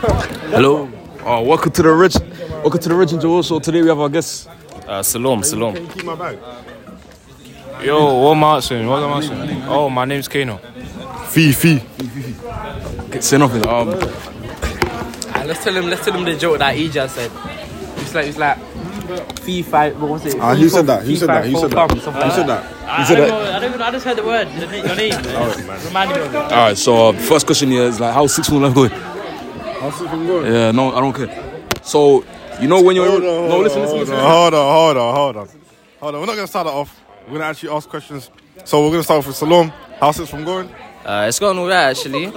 Hello. Oh, welcome to the rich. Welcome to the rich and Joel show. Today we have our guest. Uh, Salom, Salom. Yo, what am I saying? What am I saying? Oh, my name's Kano. Fifi. Say nothing. Um, Ah, let's tell him. Let's tell him the joke that he just said. It's like it's like fee five. What was it? Ah, he said that. He Fee said five, that. He four said that. Ah. thumb, He something like said that. He said I, that. don't know, I, don't even, I just heard the word, your name. Your name. Remind me of it. all right. So uh, first question here is like, how's six one life going? Yeah. No, I don't care. So you know when you're Hold on, hold no, on, listen, listen, hold listen. on, hold on, hold on, hold on, hold on. We're not gonna start it off. We're gonna actually ask questions. So we're gonna start off with Salom. How's it from going? Uh, it's gone all right, actually.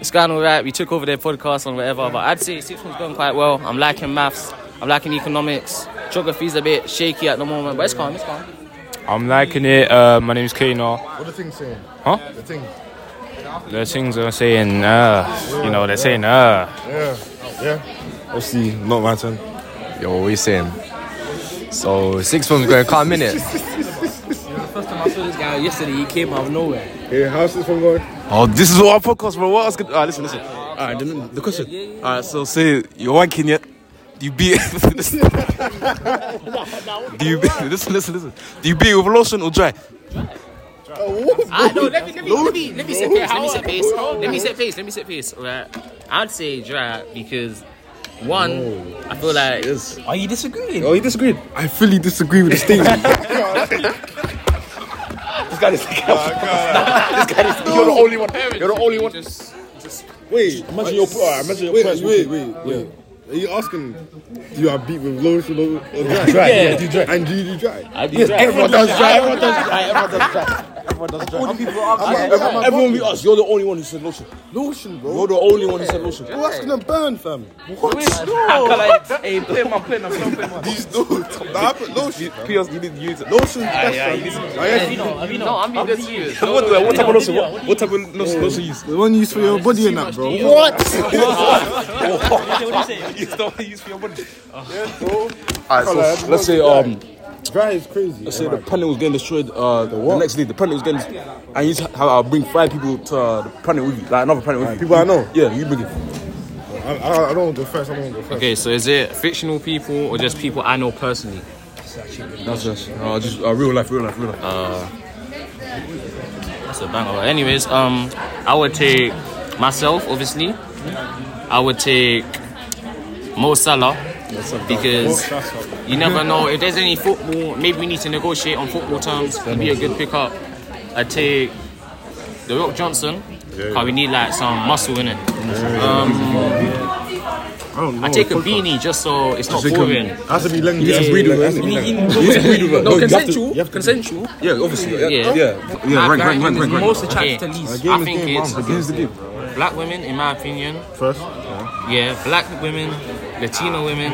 It's gone all right. We took over their podcast and whatever, but I'd say six one's going quite well. I'm liking maths. I'm liking economics. Geography's a bit shaky at the moment, but it's calm. It's calm. I'm liking it. Uh, my name's Kano. What the thing saying? Huh? The thing. The things are saying, uh, you know, they're saying, uh. Yeah. Yeah. Obviously, not my turn. Yo, what are you saying? So six films going calm in it. First time I saw this guy yesterday, he came out of nowhere. Yeah. How's it from going? Oh, this is our podcast, bro. What else? Could, all right, listen, listen. All right, then the question. All right, so say you're one kid yet. You beat. listen. Do you beat? Listen, listen, listen. Do you beat with lotion or dry? Ah, no, let me, let me, let me, let me set pace. Let me set pace. Let me set pace. Let me set pace. All right. I'd say dry because one, I feel like Are you disagreeing? Oh, he disagreed. I fully disagree with the statement. You're the only one. You're the only one. wait. Imagine your. Uh, imagine your. Wait, wait, wait, wait. Are you asking? Do you are beat with lotion or, or dry? dry? Yeah, do dry. And do you do dry? I do dry. Everyone does dry. Everyone does dry. Everyone does dry. Everyone does dry. Everyone be us. You're the only one who said lotion. Lotion, bro. You're the only one who said lotion. Who else gonna burn, fam? Like, hey, play my play, I'm playing my. These dudes. That happened. Lotion. Piers, you need you need. Lotion's best, fam. Oh, yeah. No, I'm being good to you. What, what type of lotion? What, what type of lotion, lotion you use? The one used for your body and that, bro. What? It's the one you use for your body. Alright, So, let's say um, Dry is crazy. let's say the panel was getting destroyed. Uh, the, next day the panel was getting, and you have, I'll bring five people to uh, the panel with you, like another panel with you. people I know? Yeah, you bring it. I, I, I don't want to go first. I don't want to go first. Okay, so is it fictional people or just people I know personally? That's just uh, just uh, real life, real life, real life. That's a banger. Anyways, um, I would take myself, obviously. I would take Mo Salah because you never know if there's any football. Maybe we need to negotiate on football terms. It'd be a good pickup. I take The Rock Johnson because we need like some muscle in it. Um, I take a beanie just so it's not boring. Has to be lengthy. It's a breed with it. No, you have to- consensual. Yeah, obviously. Yeah, yeah, Yeah. yeah. rank, rank, rank, rank, rank. Most attracted Yeah. to least. I think it's Here's the game. black women, in my opinion. First. Yeah, black women, Latino women,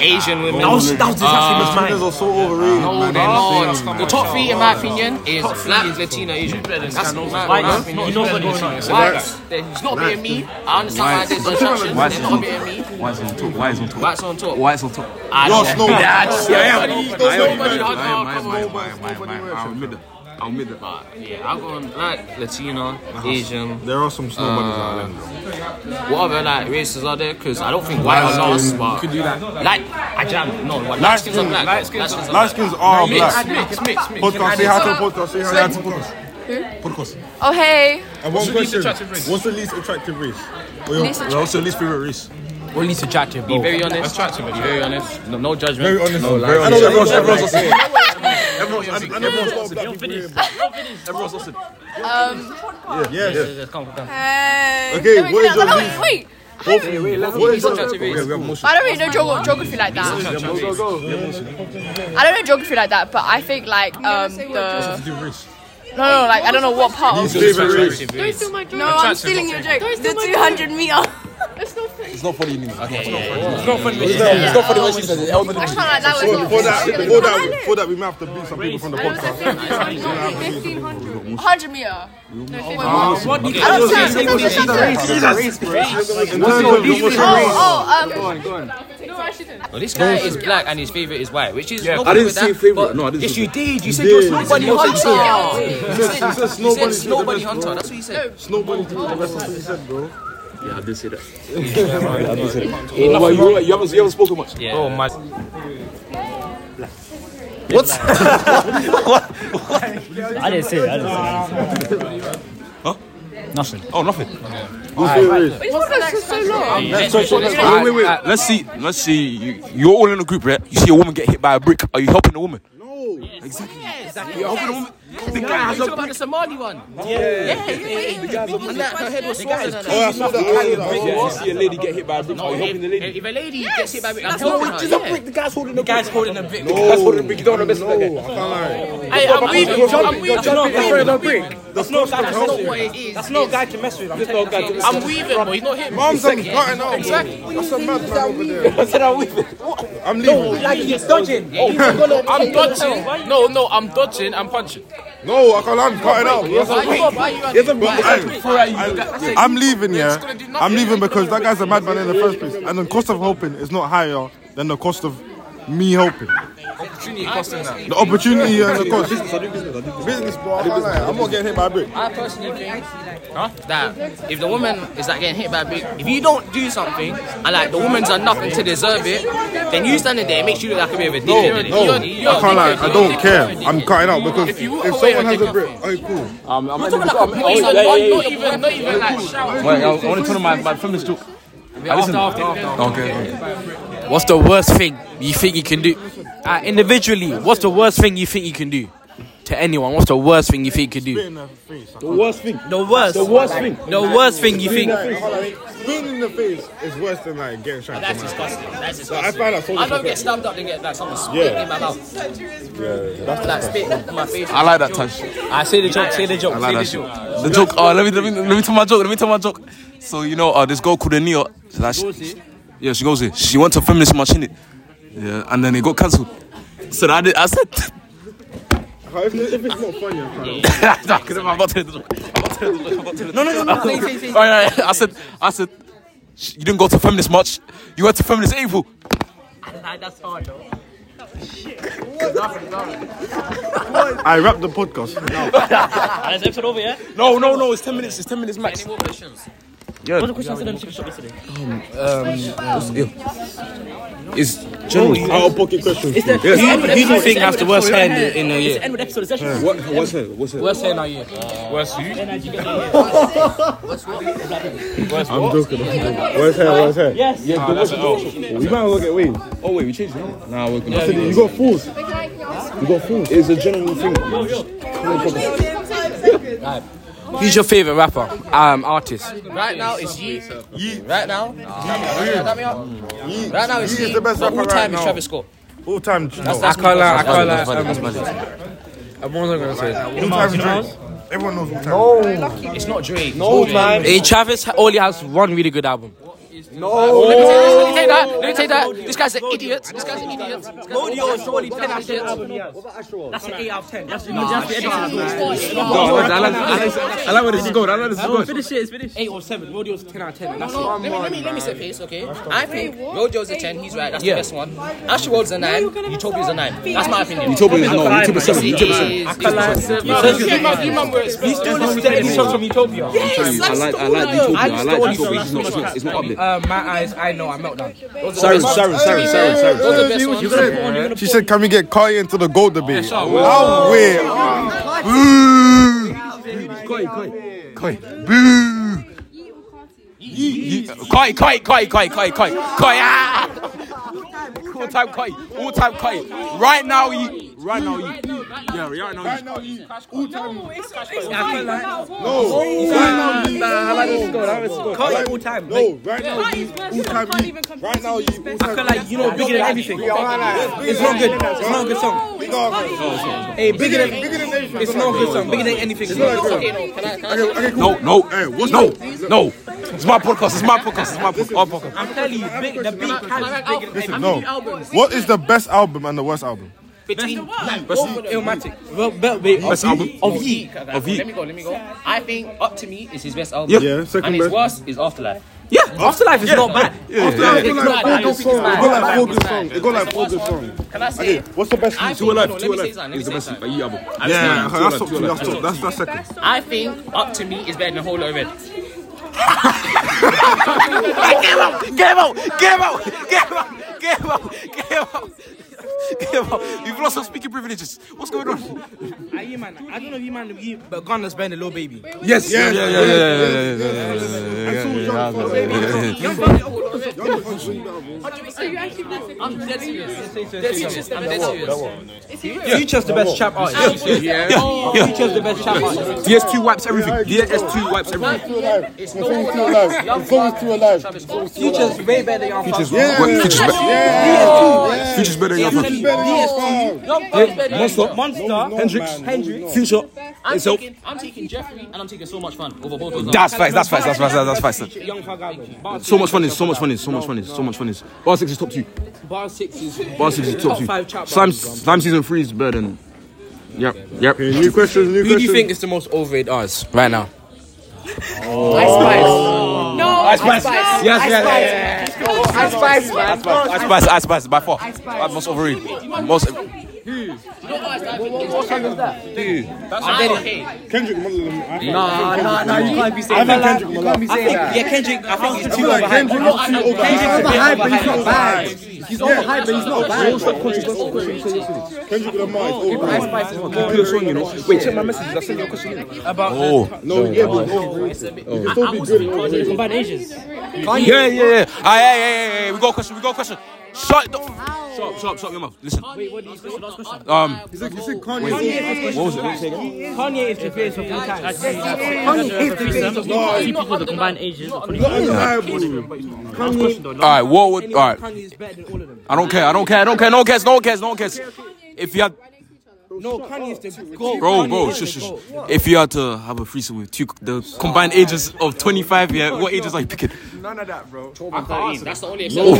Asian women. That was that was Uh, exactly mine. are so overrated, no, man. they're not. The top three, in my opinion, is black, Latino, Asian. That's not Why not? You know what going on. Whites, they're- he's not being me. I understand why there's attraction. They're not being me. Why is on top? Why is on top? Whites on top. Why is on top? I don't know. That's yeah. Nobody hard My, come my, on. my, my, my, my. I'll admit it. I'll admit it. But yeah, I'm going black, Latino, Asian. There are some snow bunnies out there. bro. What other like races are there? Because I don't think white are last, but could do that. Like I jam. No, what, light skins are black. Light skins are Light black. skins are black. Mix, mix, mix. Podcast, say hi to the podcast. Say hi to the podcast. Oh hey, And one question. What's the least attractive race? Or your, Least attractive. What's your least favorite race? Or at least attractive. Bro. Very honest. Be very honest. No, no judgment. Oh. Very honest. No, very honest. Everyone's, everyone's the same. Everyone's, I- I know everyone's not black people here, but everyone's the same. Yeah, yeah. Yeah, come, come. hey. Okay, Let me what do is that. your No, wait, wait. What is attractive race? Okay, we have motion. I don't really know geog- geography like that. I don't know geography like that, but I think like um the Your race. no no like I don't know what part of Favorite race. Don't steal my joke. No, I'm stealing your joke. The 200 meter. It's not funny anymore. Before I can't like that one. that, before that, before that, we might have to beat some people from the podcast. 100 meter. What do you I don't think? understand. I don't understand. In terms of the motion race, Oh, oh, um, Well, this guy is black and his favorite is white, which is yeah, I didn't say "Oh, favorite. No, I didn't. Yes, say you did. You said you're nobody hunter. oh. he said He said snowbody's nobody hunter. That's what he said. Snowbody's the best. That's what he said, bro. Yeah, I did say that. Well, Oh, you, you, haven't, you haven't spoken much. Yeah. Oh my. I didn't say that. I didn't say that. Huh? Nothing. Oh, nothing. This podcast is so wait, long. wait, wait. Uh, let's see. Let's see. You, you're all in a group, right? You see a woman get hit by a brick. Are you helping the woman? No. Exactly. exactly. You're helping the woman. The guy has a about the Somali one. I saw that. I saw that. You see a lady get hit by a brick. Are you helping the lady? If a lady gets hit by me, I'm helping her. Yeah. The guy's holding the brick. Guys holding a bit. That's what the brick. You don't want to mess with that guy. Hey, I'm weaving. I'm weaving. That's not guy. That's not what it is. That's not guy to mess with. I'm telling you. I'm weaving, but he's not hitting me. Mom's like, not now. That's a madman over there. I said I'm leaving. I'm leaving. Like he's dodging. I'm dodging. No, no, I'm dodging. I'm punching. No, I can't. I'm cutting out. That's a Why you up? Why you up? But I, I'm leaving, yeah. gonna do nothing. I'm leaving because that guy's a madman in the first place. And the cost of helping is not higher than the cost of me helping. The opportunity and the cost. Business, bro. I can't lie. I'm not getting hit by a brick. I personally think huh? that if the woman is like getting hit by a brick, if you don't do something and like the woman's done nothing to deserve it, then you standing there it makes you look like a bit of a dick. No, No, I can't lie. I don't care. I'm cutting out because If if, you walk away, someone I'll has take a brick, oh cool. You're talking like a boy, son. Not not even, not even like shout. Wait, I want to tell my, my feminist joke. After, after, after. Okay. What's the worst thing you think you can do? Uh, individually, what's the worst thing you think you can do? To anyone, what's the worst thing you think you can do? The worst thing. The worst. The worst thing. The worst thing you think. Being in the face is worse than like getting shot. That's disgusting. That's I disgusting. find that so I don't disrespectful. get stabbed up and get like someone spit Yeah. in my mouth. That's Like spit in my face. I like that touch. I Ah, say the joke. Say the joke. I like that joke. The joke. Oh, let me let me let me tell my joke. Let me tell my joke. So you know, uh, this girl called Nia. Like, she, yeah, she goes here. She went to feminist march in it. Yeah, and then it got cancelled. So I did. I said, If if it's not funny, I can't. Nah, 'cause I'm about to tell the joke. I'm about to tell the joke. I'm about to tell the joke. No, no, no, no. All right, all right. I said, I said, "Sh- you didn't go to feminist march. You went to feminist April. That's hard though. I wrap the podcast. Now. And it's episode over, yeah? No, no, no. It's ten minutes. It's ten minutes max. What's the question for them chicken shop yesterday? It's generally. Out of pocket questions. Yes. Who do you think has the worst hair in, in a year? End with episode session. What, what's her? What's her? Worst hair in a year. I'm joking. I'm joking. Where's hair? Where's hair? Yes. Yeah, the We might look at waves. Oh wait, we changed it. Nah, we're gonna. You got fools. You got fools. It's a general thing. Who's your favorite rapper? Um, artist. Right now it's you. Right now. Right now it's He you. is the best rapper All right time is now. Travis Scott. All time. I no. can't lie, I um, can't lie. All time Drake. Everyone knows all time. No. It's not Drake. Hey, Travis only has one really good album. Let me take that. Let me take that. This guy's an idiot. This guy's an idiot. This guy's an idiot. Audio is only 10 out of 10 album he has. That's an 8 out of 10. That's you just be editing. I like, I like, I like where this is going. I like where this is going. Finish it, it's finished. 8 or 7, Audio's 10 out of 10. That's No, let me, let me, let me set pace, okay? I think Rojo's a 10, he's right, that's the best one. Astro World's a 9, Utopia's a 9. That's my opinion. Utopia Utopia, no, Utopia seven. Utopia seven. He's doing this dead shot from I Utopia. like, I like Utopia. I like Utopia. It's not, it's not, it's not up there. Uh, my eyes, I know, I melt down. Sorry, sorry, sorry, sorry, sorry. Those are the best ones. She said, "Can we get Kanye into the gold debate?" Oh wait. Oh. Koi, koi, koi, koi, koi, koi, koi. Ah! All time koi. All time koi. Right now, you. Right now, you. Yeah, right now, you. Boo. Right now, you- Cut it all time. Like, No, right now, you- all time. you- Right now, you. all time- like, you know, bigger than everything. It's not good. It's not a good song. Big argument. Hey, bigger than. Bigger than Asian. It's not a good song. Bigger than anything. It's not a good song. Okay, cool. No, no, Hey, what's no, up? no. It's my podcast. It's my podcast. It's my podcast. Our podcast. I'm telling you, big, the big has bigger than Listen, no. What is the best album and the worst album? Between Illmatic. Well, well, wait. Best album. Of Yeet. Of Yeet. Let me go, let me go. I think Up To Me is his best album. Yeah, second And his best. worst is Afterlife. Yeah, Afterlife is not bad. It got like four good It's songs. It bad. got like four It's good bad. songs. It got like four good songs. Can I say Okay, it? what's the best? I one? think, no, let me say something. Let It's the me best say by you album. Yeah, that's top two. That's top. That's that's second. something. I think Up To Me is better than Whole Lot of Red. Get him out! Get him out! Get him out! Get him out! Get him out! Get him out! You've lost some speaking privileges. What's going on? Are you man? I don't know if you man, you- but Ghana's buying a little baby. Yes. Yeah. Yeah. Yeah. Yeah. Yeah. Future's the best trap artist. Future's the best trap artist. DS2 wipes everything. DS2 wipes everything. Still alive. The song is still alive. The song is still alive. The song is still alive. Future's way better than Young Future's Yeah. What features better? Yeah. Features better than It's better than Yes. Young Thug. Monster. Monster. Hendrix. Hendrix. Future. I'm So- taking, I'm taking Jeffrey, and I'm taking so much fun over both of them. That's facts. That's facts. That's facts. That's facts. That's facts. Young Thug album. Bar So much fun is. So much fun is. So much fun is. So much fun is. Bar six is top two. Bar six is Bar six is top Top two. five trap Slime. albums, bro. Slime season three is better than. Yep. Yep. Okay, New questions. Who New do you questions. think is the most overrated artist right now? Ice Spice. No, Ice Spice. Yes, yes, yes, Ice Spice. Ice Spice. Ice Spice, Ice Spice, by far. Most overrated. Most. Kendrick, one of them. I think- Nah, nah, nah, you can't be I saying think that. Kendrick will laugh. I think, yeah, Kendrick, I think I he's feel too like overhyped. Kendrick is too overhyped. overhyped, but he's not bad. He's overhyped, but he's not bad. Kendrick Lamar is overhyped. Wait, check my message. I sent you a question. Oh. No, yeah, but he's overrated. He can still be good and overrated. Yeah, yeah, yeah. Ah, yeah, yeah, yeah, yeah. We got a question. We got a question. Shut the. Shut up, shut up, shut up your mouth. Listen. Wait, what did you Um, He's like, he's like Kanye. what was it? What was it? Kanye is the face of the time. Undeniable. All right, what would? All right, Kanye is better than all of them. I don't care. I don't care. I don't care. No one cares. No one cares. No one cares. If you had, No, Kanye is the goat. bro, Kanye bro, is the shush, shush. goat. If you had to have a threesome with two, the combined ages of twenty-five, yeah, what ages are you picking? That's the only exception.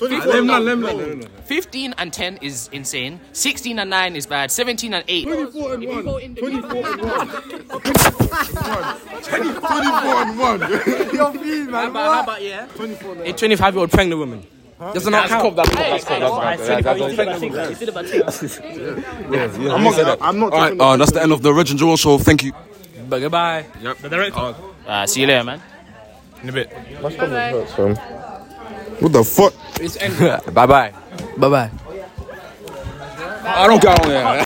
Lemon, lemon, lemon. 15 and 10 is insane. 16 and 9 is bad. 17 and 8. 24 and 1. 24 and 1. 24 and 1. 24 and 1. How about, how about, yeah? A 25 year old pregnant woman. Doesn't that count? I'm not, I'm not All right, uh, that's the end of the Reg and Joel show. Thank you. But goodbye. Uh, see you later, man. In a bit. What the fuck? Bye bye. Bye bye. I don't care. I don't care.